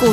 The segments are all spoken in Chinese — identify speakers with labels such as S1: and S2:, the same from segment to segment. S1: 股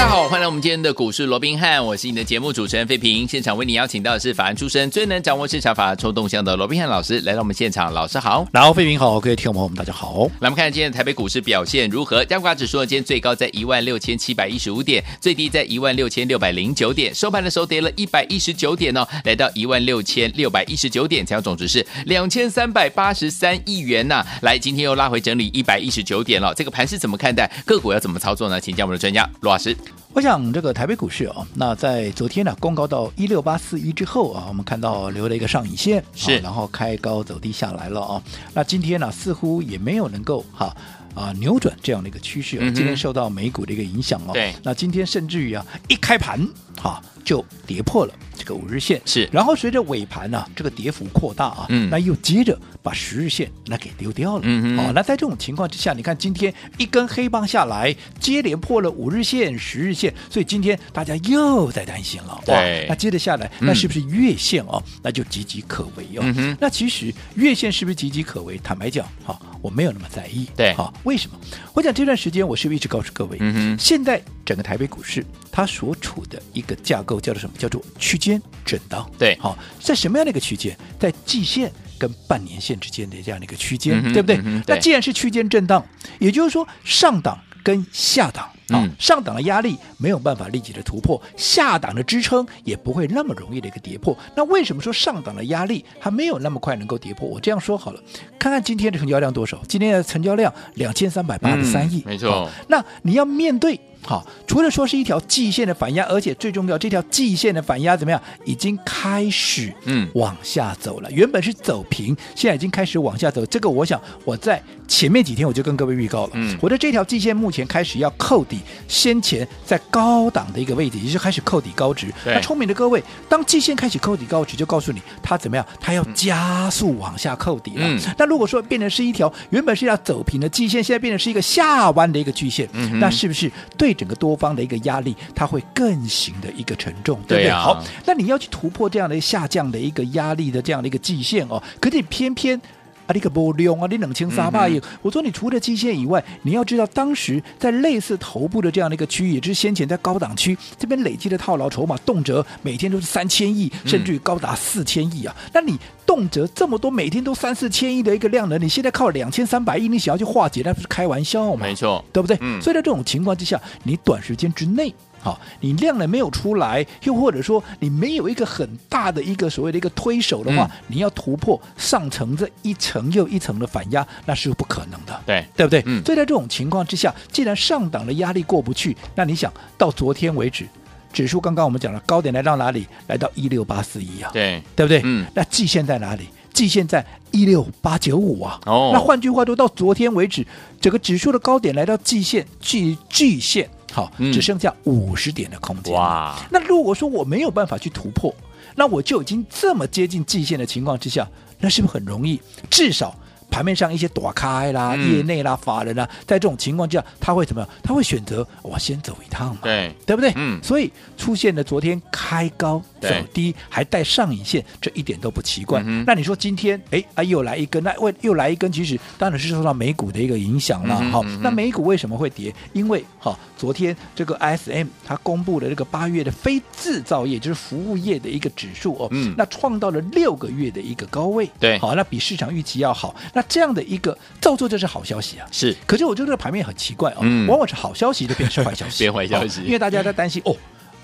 S2: 家好，欢迎来我们今天的股市罗宾汉，我是你的节目主持人费平。现场为你邀请到的是法案出身、最能掌握市场法抽动向的罗宾汉老师，来到我们现场。老师好，
S3: 然后，费平好，各位听众朋友们，大家好。
S2: 来我们看今天的台北股市表现如何？加挂指数呢，今天最高在一万六千七百一十五点，最低在一万六千六百零九点，收盘的时候跌了一百一十九点哦，来到一万六千六百一十九点，成交总值是两千三百八十三亿元呐、来，今天又拉回整理一百一十九点了，这个盘是怎么看待？个股要怎么操作呢？请教我们的专家罗老师。
S3: 我想这个台北股市啊，那在昨天呢、公告到一六八四一之后啊，我们看到留了一个上影线，
S2: 是
S3: 啊然后开高走低下来了啊。那今天呢、似乎也没有能够哈。啊，扭转这样的一个趋势、啊，
S2: 嗯哼
S3: 今天受到美股的一个影响哦。
S2: 对
S3: 那今天甚至于啊，一开盘哈、就跌破了这个五日线，
S2: 是
S3: 然后随着尾盘呢、这个跌幅扩大啊，
S2: 嗯
S3: 那又接着把十日线那给丢掉了。
S2: 嗯哼
S3: 好、那在这种情况之下，你看今天一根黑棒下来，接连破了五日线、十日线，所以今天大家又在担心了。
S2: 对
S3: 那接着下来，
S2: 嗯
S3: 那是不是月线哦？那就岌岌可危哦。
S2: 嗯哼
S3: 那其实月线是不是岌岌可危？坦白讲，哈、我没有那么在意。
S2: 对
S3: 好、为什么？我讲这段时间，我是不是一直告诉各位，
S2: 嗯哼
S3: 现在整个台北股市它所处的一个架构叫做什么？叫做区间震荡。
S2: 对
S3: 好、在什么样的一个区间？在季线跟半年线之间的这样的一个区间，
S2: 嗯哼
S3: 对不对？
S2: 嗯哼
S3: 那
S2: 对
S3: 既然是区间震荡，也就是说上档跟下档。啊、
S2: 嗯
S3: 上档的压力没有办法立即的突破，下档的支撑也不会那么容易的一个跌破。那为什么说上档的压力还没有那么快能够跌破？我这样说好了，看看今天的成交量多少？今天的成交量两千三百八十三亿、
S2: 嗯没错
S3: 好那你要面对。好，除了说是一条季线的反压，而且最重要，这条季线的反压怎么样？已经开始
S2: 嗯
S3: 往下走了。原本是走平，现在已经开始往下走。这个我想我在前面几天我就跟各位预告了，
S2: 嗯
S3: 我的这条季线目前开始要扣底，先前在高档的一个位置，也就是开始扣底高值。
S2: 对
S3: 那聪明的各位，当季线开始扣底高值，就告诉你它怎么样，它要加速往下扣底了。
S2: 嗯
S3: 那如果说变成是一条原本是要走平的季线，现在变成是一个下弯的一个季线，
S2: 嗯哼
S3: 那是不是对整个多方的一个压力，它会更形的一个沉重，对
S2: 对
S3: 不对？
S2: 啊
S3: 好，那你要去突破这样的下降的一个压力的这样的一个极限哦，可是你偏偏。啊，你可不用啊！你冷清沙巴也，我说你除了基线以外，你要知道，当时在类似头部的这样的一个区域，也就是先前在高档区这边累积的套牢筹码，动辄每天都是三千亿，甚至于高达四千亿啊！那你动辄这么多，每天都三四千亿的一个量能，你现在靠两千三百亿，你想要去化解，那不是开玩笑吗？
S2: 没错，
S3: 对不对？
S2: 嗯
S3: 所以在这种情况之下，你短时间之内。好，你量能没有出来，又或者说你没有一个很大的一个所谓的一个推手的
S2: 嗯
S3: 话，你要突破上层这一层又一层的反压，那是不可能的。
S2: 对，
S3: 对不对？
S2: 嗯
S3: 所以在这种情况之下，既然上档的压力过不去，那你想到昨天为止，指数刚刚我们讲了高点来到哪里？来到一六八四一啊，
S2: 对，
S3: 对不对？
S2: 嗯
S3: 那季线在哪里？季线在一六八九五啊。
S2: 哦
S3: 那换句话说，到昨天为止，整个指数的高点来到季线，季季线好，
S2: 嗯
S3: 只剩下五十点的空间。
S2: 哇，
S3: 那如果说我没有办法去突破，那我就已经这么接近季线的情况之下，那是不是很容易？至少盘面上一些躲开啦、
S2: 嗯
S3: 业内啦、法人啦，在这种情况之下，他会怎么样？他会选择我先走一趟嘛，
S2: 对，
S3: 对不对？
S2: 嗯
S3: 所以出现了昨天开高走
S2: 对
S3: 低，还带上影线，这一点都不奇怪。
S2: 嗯哼
S3: 那你说今天，哎啊，又来一根，那为又来一根，其实当然是受到美股的一个影响了
S2: 嗯哼。
S3: 好、
S2: 嗯哼
S3: 那美股为什么会跌？因为哈、昨天这个 ISM 它公布了这个八月的非制造业，就是服务业的一个指数哦，
S2: 嗯
S3: 那创到了六个月的一个高位，
S2: 对
S3: 好、那比市场预期要好。那这样的一个照做，这是好消息啊。
S2: 是
S3: 可是我觉得这个盘面很奇怪哦，
S2: 嗯
S3: 往往是好消息就变成坏消息，
S2: 变坏消息
S3: 哦因为大家在担心哦，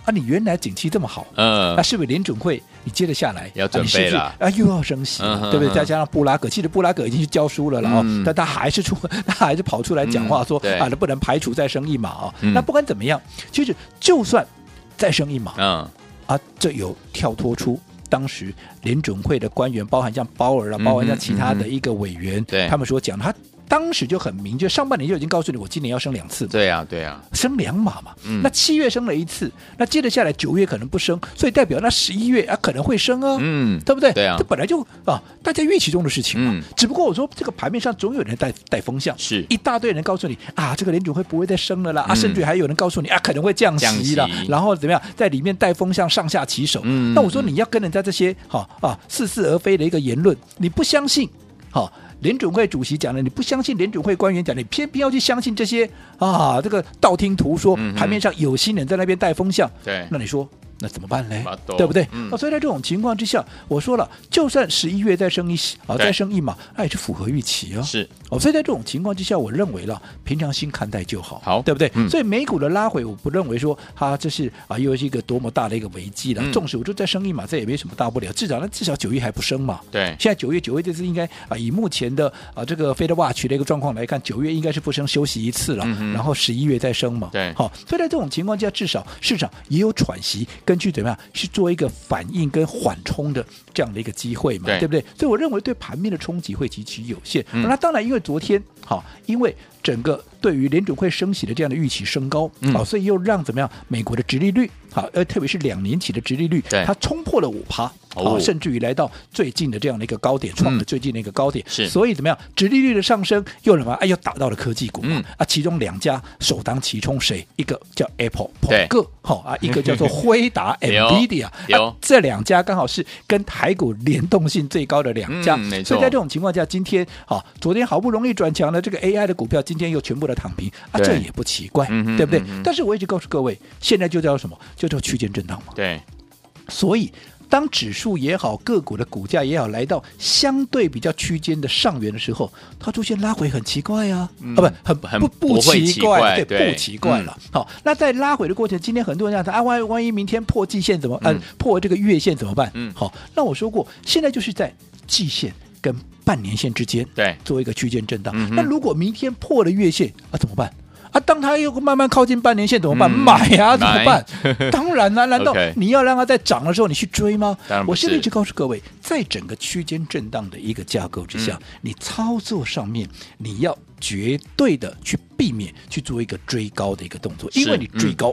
S3: 啊，你原来景气这么好，啊
S2: 嗯
S3: 那，是不是联准会你接着下来
S2: 要
S3: 啊你
S2: 准
S3: 是不
S2: 备
S3: 是
S2: 了
S3: 啊，又要升息了，
S2: 嗯哼
S3: 对不
S2: 嗯
S3: 对？再加上布拉格，其实布拉格已经去教书了了哦，
S2: 嗯
S3: 但他还是出， 他还是跑出来讲话
S2: 嗯
S3: 说、
S2: 对
S3: 啊，那不能排除再升一码哦。
S2: 嗯
S3: 那不管怎么样，其实就算再升一码，
S2: 嗯，
S3: 啊，这有跳脱出当时联准会的官员，包含像鲍尔啊，
S2: 嗯哼
S3: 包含像其他
S2: 嗯
S3: 的
S2: 哼
S3: 一个委员，
S2: 对
S3: 他们所讲的，他当时就很明确，上半年就已经告诉你，我今年要升两次嘛，
S2: 对啊，对啊，
S3: 升两码嘛。
S2: 嗯
S3: 那七月升了一次，那接着下来九月可能不升，所以代表那十一月啊可能会升啊，
S2: 嗯，
S3: 对不对？
S2: 对啊
S3: 这本来就啊大家预期中的事情嘛。
S2: 嗯
S3: 只不过我说这个盘面上总有人带带风向，
S2: 是
S3: 一大堆人告诉你啊，这个联准会不会再升了啦，啊，
S2: 嗯
S3: 甚至还有人告诉你啊可能会降
S2: 降
S3: 息
S2: 息
S3: 啦，然后怎么样在里面带风向上下其手。
S2: 嗯
S3: 那我说你要跟人家这些好啊似是而非的一个言论，你不相信好。啊联准会主席讲的，你不相信联准会官员讲的，你偏偏要去相信这些啊，这个道听途说
S2: 嗯，哼
S3: 盘面上有心人在那边带风向，
S2: 对，
S3: 那你说那怎么办嘞
S2: 巴？豆
S3: 对不对？
S2: 哎
S3: 啊
S2: 嗯
S3: 那所以在这种情况之下，我说了，就算十一月再升一啊，
S2: 对
S3: 再升一码，那也是符合预期啊。
S2: 是
S3: 哦，所以在这种情况之下，我认为了平常心看待就好，
S2: 好
S3: 对不对？
S2: 嗯
S3: 所以美股的拉回，我不认为说它这是啊又是一个多么大的一个危机了。
S2: 嗯
S3: 纵使我就再升一码，这也没什么大不了，至少那至少九月还不升嘛。
S2: 对
S3: 现在九月九月这次应该啊，以目前的啊这个 Fed Watch 的一个状况来看，九月应该是不升休息一次了，
S2: 嗯哼
S3: 然后十一月再升嘛。
S2: 对
S3: 好、所以在这种情况下，至少市场也有喘息，根据怎么样去做一个反应跟缓冲的这样的一个机会嘛，
S2: 对
S3: 不对？所以我认为对盘面的冲击会极其有限。
S2: 嗯
S3: 那当然，因为昨天好、因为整个对于联准会升息的这样的预期升高，好、
S2: 嗯
S3: 所以又让怎么样美国的殖利率好、呃，特别是两年期的殖利率
S2: 对，
S3: 它冲破了五趴。
S2: 哦
S3: 好，甚至于来到最近的这样的一个高点，创了最近的一个高点，
S2: 嗯是
S3: 所以怎么样，殖利率的上升又什么？哎，又打到了科技股嘛，
S2: 嗯
S3: 啊，其中两家首当其冲谁？一个叫 Apple，
S2: 对
S3: 捧个好 啊，一个叫做辉达
S2: 有
S3: NVIDIA，
S2: 有
S3: 啊这两家刚好是跟台股联动性最高的两家，
S2: 嗯没错
S3: 所以在这种情况下，今天啊，昨天好不容易转强的这个 AI 的股票，今天又全部的躺平啊，
S2: 对
S3: 这也不奇怪，
S2: 嗯哼
S3: 对不对？
S2: 嗯哼
S3: 但是我一直告诉各位，现在就叫什么？就叫区间震荡嘛。
S2: 对，
S3: 所以，当指数也好，个股的股价也好，来到相对比较区间的上缘的时候，它出现拉回很奇怪啊，
S2: 嗯
S3: 啊不，很
S2: 很
S3: 不
S2: 不
S3: 不
S2: 会奇
S3: 奇怪
S2: 怪
S3: 了，对，
S2: 对嗯
S3: 不奇怪了。好，那在拉回的过程，今天很多人讲，啊，万一万一明天破季线怎么？呃
S2: 嗯，
S3: 破这个月线怎么办？
S2: 嗯
S3: 好，那我说过，现在就是在季线跟半年线之间，
S2: 对
S3: 做一个区间震荡
S2: 嗯。哼
S3: 那如果明天破了月线啊，怎么办？啊，当它又慢慢靠近半年线怎么办？
S2: 嗯
S3: 买呀、怎么
S2: 买
S3: 办？当然啦、难道
S2: OK
S3: 你要让它在涨的时候你去追吗
S2: 当然？不
S3: 我
S2: 是
S3: 现在就告诉各位，在整个区间震荡的一个架构之
S2: 嗯
S3: 下，你操作上面你要绝对的去避免去做一个追高的一个动作，
S2: 是
S3: 因为你追高。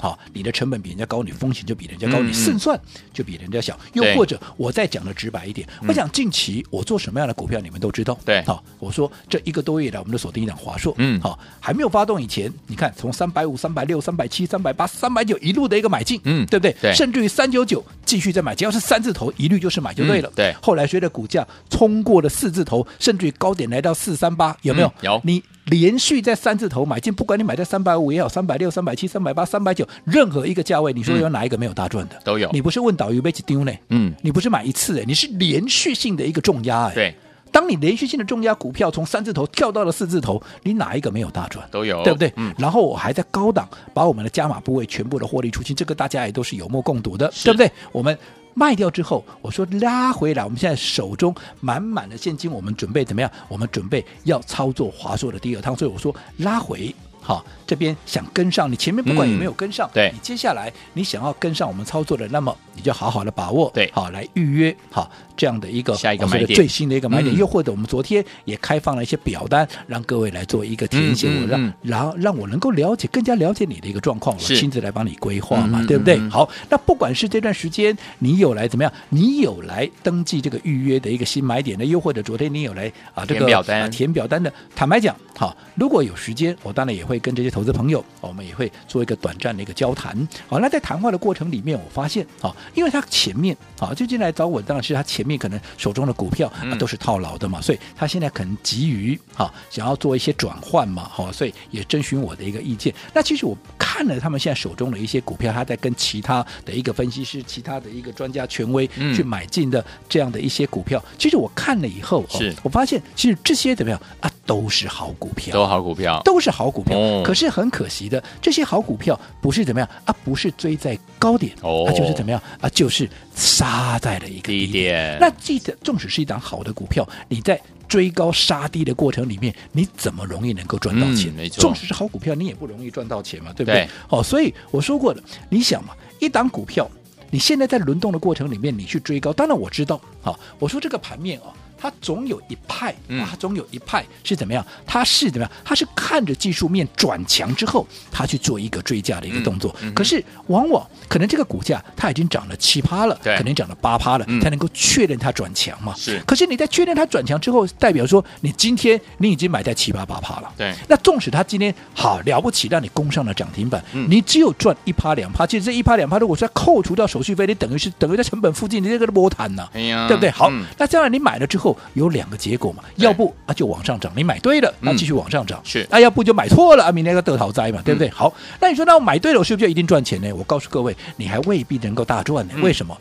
S3: 好，你的成本比人家高，你风险就比人家高，
S2: 嗯
S3: 你胜算就比人家小。又
S2: 对
S3: 或者，我再讲的直白一点，我讲近期我做什么样的股票，你们都知道。
S2: 嗯对
S3: 好，我说这一个多月以来，我们的锁定一档华硕，
S2: 嗯
S3: 好，还没有发动以前，你看从三百五、三百六、三百七、三百八、三百九一路的一个买进，
S2: 嗯
S3: 对不对？
S2: 对
S3: 甚至于三九九继续再买，只要是三字头，一律就是买就对了。
S2: 嗯对
S3: 后来随着股价冲过了四字头，甚至于高点来到四三八，有没有？
S2: 嗯有
S3: 你连续在三字头买进，不管你买在三百五也好，三百六、三百七、三百八、三百九，任何一个价位，你说有哪一个没有大赚的？
S2: 嗯都有
S3: 你不是问导游被几丢呢？
S2: 嗯，
S3: 你不是买一次，你是连续性的一个重压，哎，
S2: 对，
S3: 当你连续性的重压股票从三字头跳到了四字头，你哪一个没有大赚？
S2: 都有，
S3: 对不对？
S2: 嗯，
S3: 然后我还在高档把我们的加码部位全部的获利出清，这个大家也都是有目共睹的，对不对？我们卖掉之后，我说拉回来，我们现在手中满满的现金，我们准备怎么样？我们准备要操作华硕的第二趟，所以我说拉回。好，这边想跟上，你前面不管有没有跟上，
S2: 对
S3: 你接下来你想要跟上我们操作的，那么你就好好的把握，
S2: 对
S3: 好来预约好这样的一个
S2: 下一个
S3: 我说的
S2: 买点
S3: 最新的一个买
S2: 嗯
S3: 点，又或者我们昨天也开放了一些表单，让各位来做一个填写，
S2: 嗯嗯
S3: 我让
S2: 嗯
S3: 然后让我能够了解更加了解你的一个状况，我
S2: 是
S3: 亲自来帮你规划嘛，
S2: 嗯嗯
S3: 对不对？
S2: 嗯嗯
S3: 好，那不管是这段时间你有来怎么样，你有来登记这个预约的一个新买点的，又或者昨天你有来啊这个
S2: 填表单
S3: 啊填表单的，坦白讲，好，如果有时间，我当然也会跟这些投资朋友，我们也会做一个短暂的一个交谈。好，那在谈话的过程里面，我发现，好，因为他前面，好，最近来找我，当然是他前面可能手中的股票、啊
S2: 嗯
S3: 都是套牢的嘛，所以他现在可能急于好想要做一些转换嘛，好，所以也征询我的一个意见。那其实我看了他们现在手中的一些股票，他在跟其他的一个分析师、其他的一个专家权威
S2: 嗯
S3: 去买进的这样的一些股票，其实我看了以后，哦
S2: 是
S3: 我发现其实这些怎么样啊，都是好股票，
S2: 都好股票，
S3: 都是好股票。
S2: 哦
S3: 可是很可惜的，这些好股票不是怎么样啊，不是追在高点，
S2: 哦
S3: 啊，就是怎么样啊，就是杀在了一个
S2: 低
S3: 低
S2: 点
S3: 那记得，纵使是一档好的股票，你在追高杀低的过程里面，你怎么容易能够赚到钱？
S2: 嗯没错嗯
S3: 纵使是好股票，你也不容易赚到钱嘛，对不对？
S2: 对
S3: 哦，所以我说过了，你想嘛，一档哦股票。你现在在轮动的过程里面，你去追高，当然我知道，好，我说这个盘面啊，它总有一派，
S2: 嗯
S3: 啊，它总有一派是怎么样？它是怎么样？它是看着技术面转强之后，它去做一个追价的一个动作。
S2: 嗯嗯哼
S3: 可是往往可能这个股价它已经涨了七趴了，
S2: 对
S3: 可能涨了八趴了，
S2: 嗯
S3: 才能够确认它转强嘛。
S2: 是
S3: 可是你在确认它转强之后，代表说你今天你已经买在七八八趴了。
S2: 对
S3: 那纵使它今天好了不起，让你攻上了涨停板，
S2: 嗯
S3: 你只有赚一趴两趴。其实这一趴两趴，如果是扣除掉手续费，你等于是等于在成本附近，你这个都波谈呐。
S2: 哎呀
S3: 对不对？好，
S2: 嗯
S3: 那这样你买了之后有两个结果嘛，
S2: 对
S3: 要不啊就往上涨，你买对了，那
S2: 嗯
S3: 继续往上涨；
S2: 是嗯
S3: 那要不就买错了，啊，明天要得逃灾嘛，对不对？好，那你说那我买对了，我是不是就一定赚钱呢？我告诉各位，你还未必能够大赚呢。
S2: 嗯
S3: 为什么？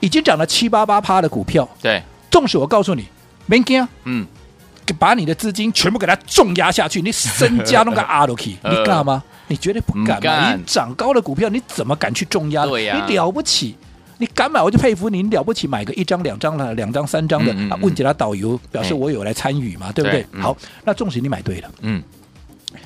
S3: 已经涨了七八八趴的股票，
S2: 对，
S3: 纵使我告诉你，没惊啊，
S2: 嗯，
S3: 给把你的资金全部给它重压下去，你身家都给它压落去，
S2: 呃
S3: 你干吗？你绝对不敢
S2: 不
S3: 嘛！
S2: 敢啊
S3: 你涨高的股票，你怎么敢去重压呢？
S2: 对呀
S3: 你了不起，你敢买我就佩服你，你了不起买个一张、两张了，两张、三张的，
S2: 嗯嗯
S3: 啊
S2: 嗯
S3: 问其他导游，表示
S2: 嗯
S3: 我有来参与嘛，对不对？
S2: 对嗯
S3: 好，那纵使你买对了，
S2: 嗯，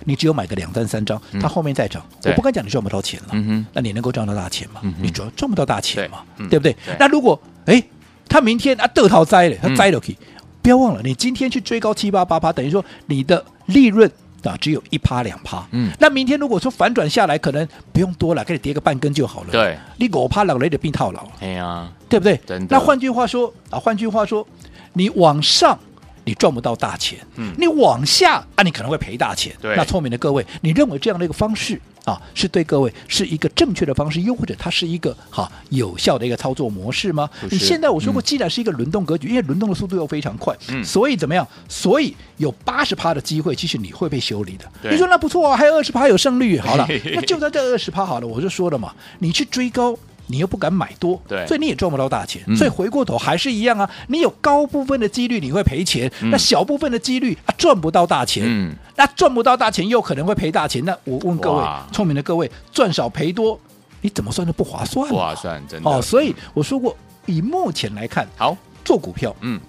S3: 你只有买个两张、三张，它后面再涨，
S2: 对
S3: 我不敢讲你赚不到钱了，
S2: 嗯哼，
S3: 那你能够赚到大钱吗
S2: 嗯？哼
S3: 你主要赚不到大钱嘛
S2: 对嗯，
S3: 对不对
S2: 对？
S3: 那如果哎，他明天啊得逃灾了，他
S2: 嗯
S3: 栽了去，不要忘了，你今天去追高七八八趴，等于说你的利润。啊，只有一趴两趴，
S2: 嗯
S3: 那明天如果说反转下来，可能不用多了，给你跌个半根就好了。
S2: 对，
S3: 你五趴老雷的病套牢了，
S2: 哎呀，
S3: 对不对
S2: 真的？
S3: 那换句话说啊，换句话说，你往上你赚不到大钱，
S2: 嗯
S3: 你往下啊，你可能会赔大钱。
S2: 对
S3: 那聪明的各位，你认为这样的一个方式啊，是对各位是一个正确的方式，又或者它是一个哈、有效的一个操作模式吗
S2: 不？是
S3: 你现在我说过，
S2: 嗯
S3: 既然是一个轮动格局，因为轮动的速度又非常快，
S2: 嗯
S3: 所以怎么样？所以有八十趴的机会，其实你会被修理的。
S2: 对，
S3: 你说那不错啊，还有二十趴有胜率，好了 那就在这二十趴好了。我就说了嘛，你去追高。你又不敢买多，
S2: 对
S3: 所以你也赚不到大钱，
S2: 嗯
S3: 所以回过头还是一样啊。你有高部分的几率你会赔钱，那小部分的几率啊赚不到大钱，
S2: 嗯
S3: 那赚不到大钱又可能会赔大钱。那我问各位
S2: 哇，
S3: 聪明的各位，赚少赔多，你怎么算都不划算、
S2: 不划算，真的。
S3: 哦。所以我说过，以目前来看，
S2: 好，
S3: 做股票
S2: 嗯，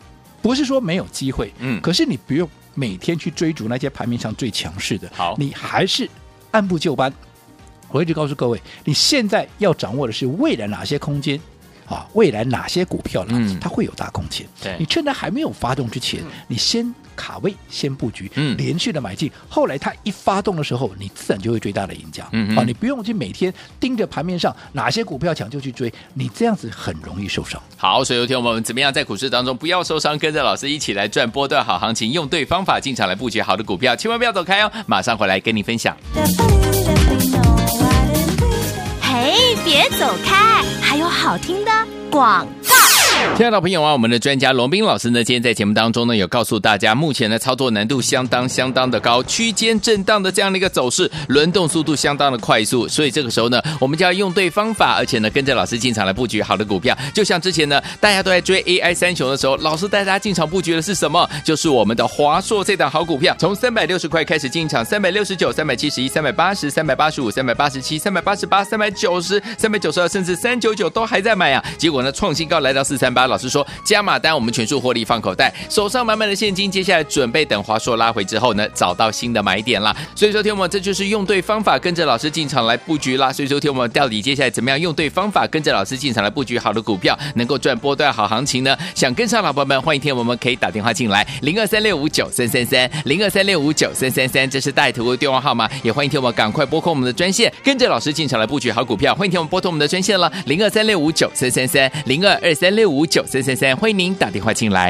S3: 不是说没有机会，
S2: 嗯
S3: 可是你不用每天去追逐那些排名上最强势的，
S2: 好
S3: 你还是按部就班。我一直告诉各位，你现在要掌握的是未来哪些空间。啊，未来哪些股票呢？
S2: 嗯
S3: 它会有大空间。
S2: 对
S3: 你趁它还没有发动之前，你先卡位，先布局，
S2: 嗯
S3: 连续的买进。后来它一发动的时候，你自然就会最大的赢家。
S2: 嗯哼
S3: 啊，你不用去每天盯着盘面上哪些股票强就去追，你这样子很容易受伤。
S2: 好，所以有天我们怎么样在股市当中不要受伤，跟着老师一起来赚波段好行情，用对方法进场来布局好的股票，千万不要走开哦，马上回来跟您分享。
S1: 嘿，别走开，还有好听的广。
S2: 亲爱的朋友啊，我们的专家龙斌老师呢，今天在节目当中呢，有告诉大家，目前的操作难度相当相当的高，区间震荡的这样的一个走势，轮动速度相当的快速，所以这个时候呢，我们就要用对方法，而且呢，跟着老师进场来布局好的股票。就像之前呢，大家都在追 AI 三雄的时候，老师带大家进场布局的是什么？就是我们的华硕这档好股票，从三百六十块开始进场，三百六十九、三百七十一、三百八十、三百八十五、三百八十七、三百八十八、三百九十、三百九十二，甚至三九九都还在买啊。结果呢，创新高来到四三八，老师说加码单，我们全数获利放口袋，手上满满的现金，接下来准备等华硕拉回之后呢，找到新的买点啦。所以说，听我们这就是用对方法，跟着老师进场来布局啦。所以说，听我们到底接下来怎么样用对方法，跟着老师进场来布局好的股票，能够赚波段好行情呢？想跟上老朋友们，欢迎听我们可以打电话进来，零二三六五九三三三，零二三六五九三三三，这是带图的电话号码，也欢迎听我们赶快拨空我们的专线，跟着老师进场来布局好股票。欢迎听我们拨通我们的专线了，零二三六五九三三三，零二二三六五九三三三，欢迎您打电话进来。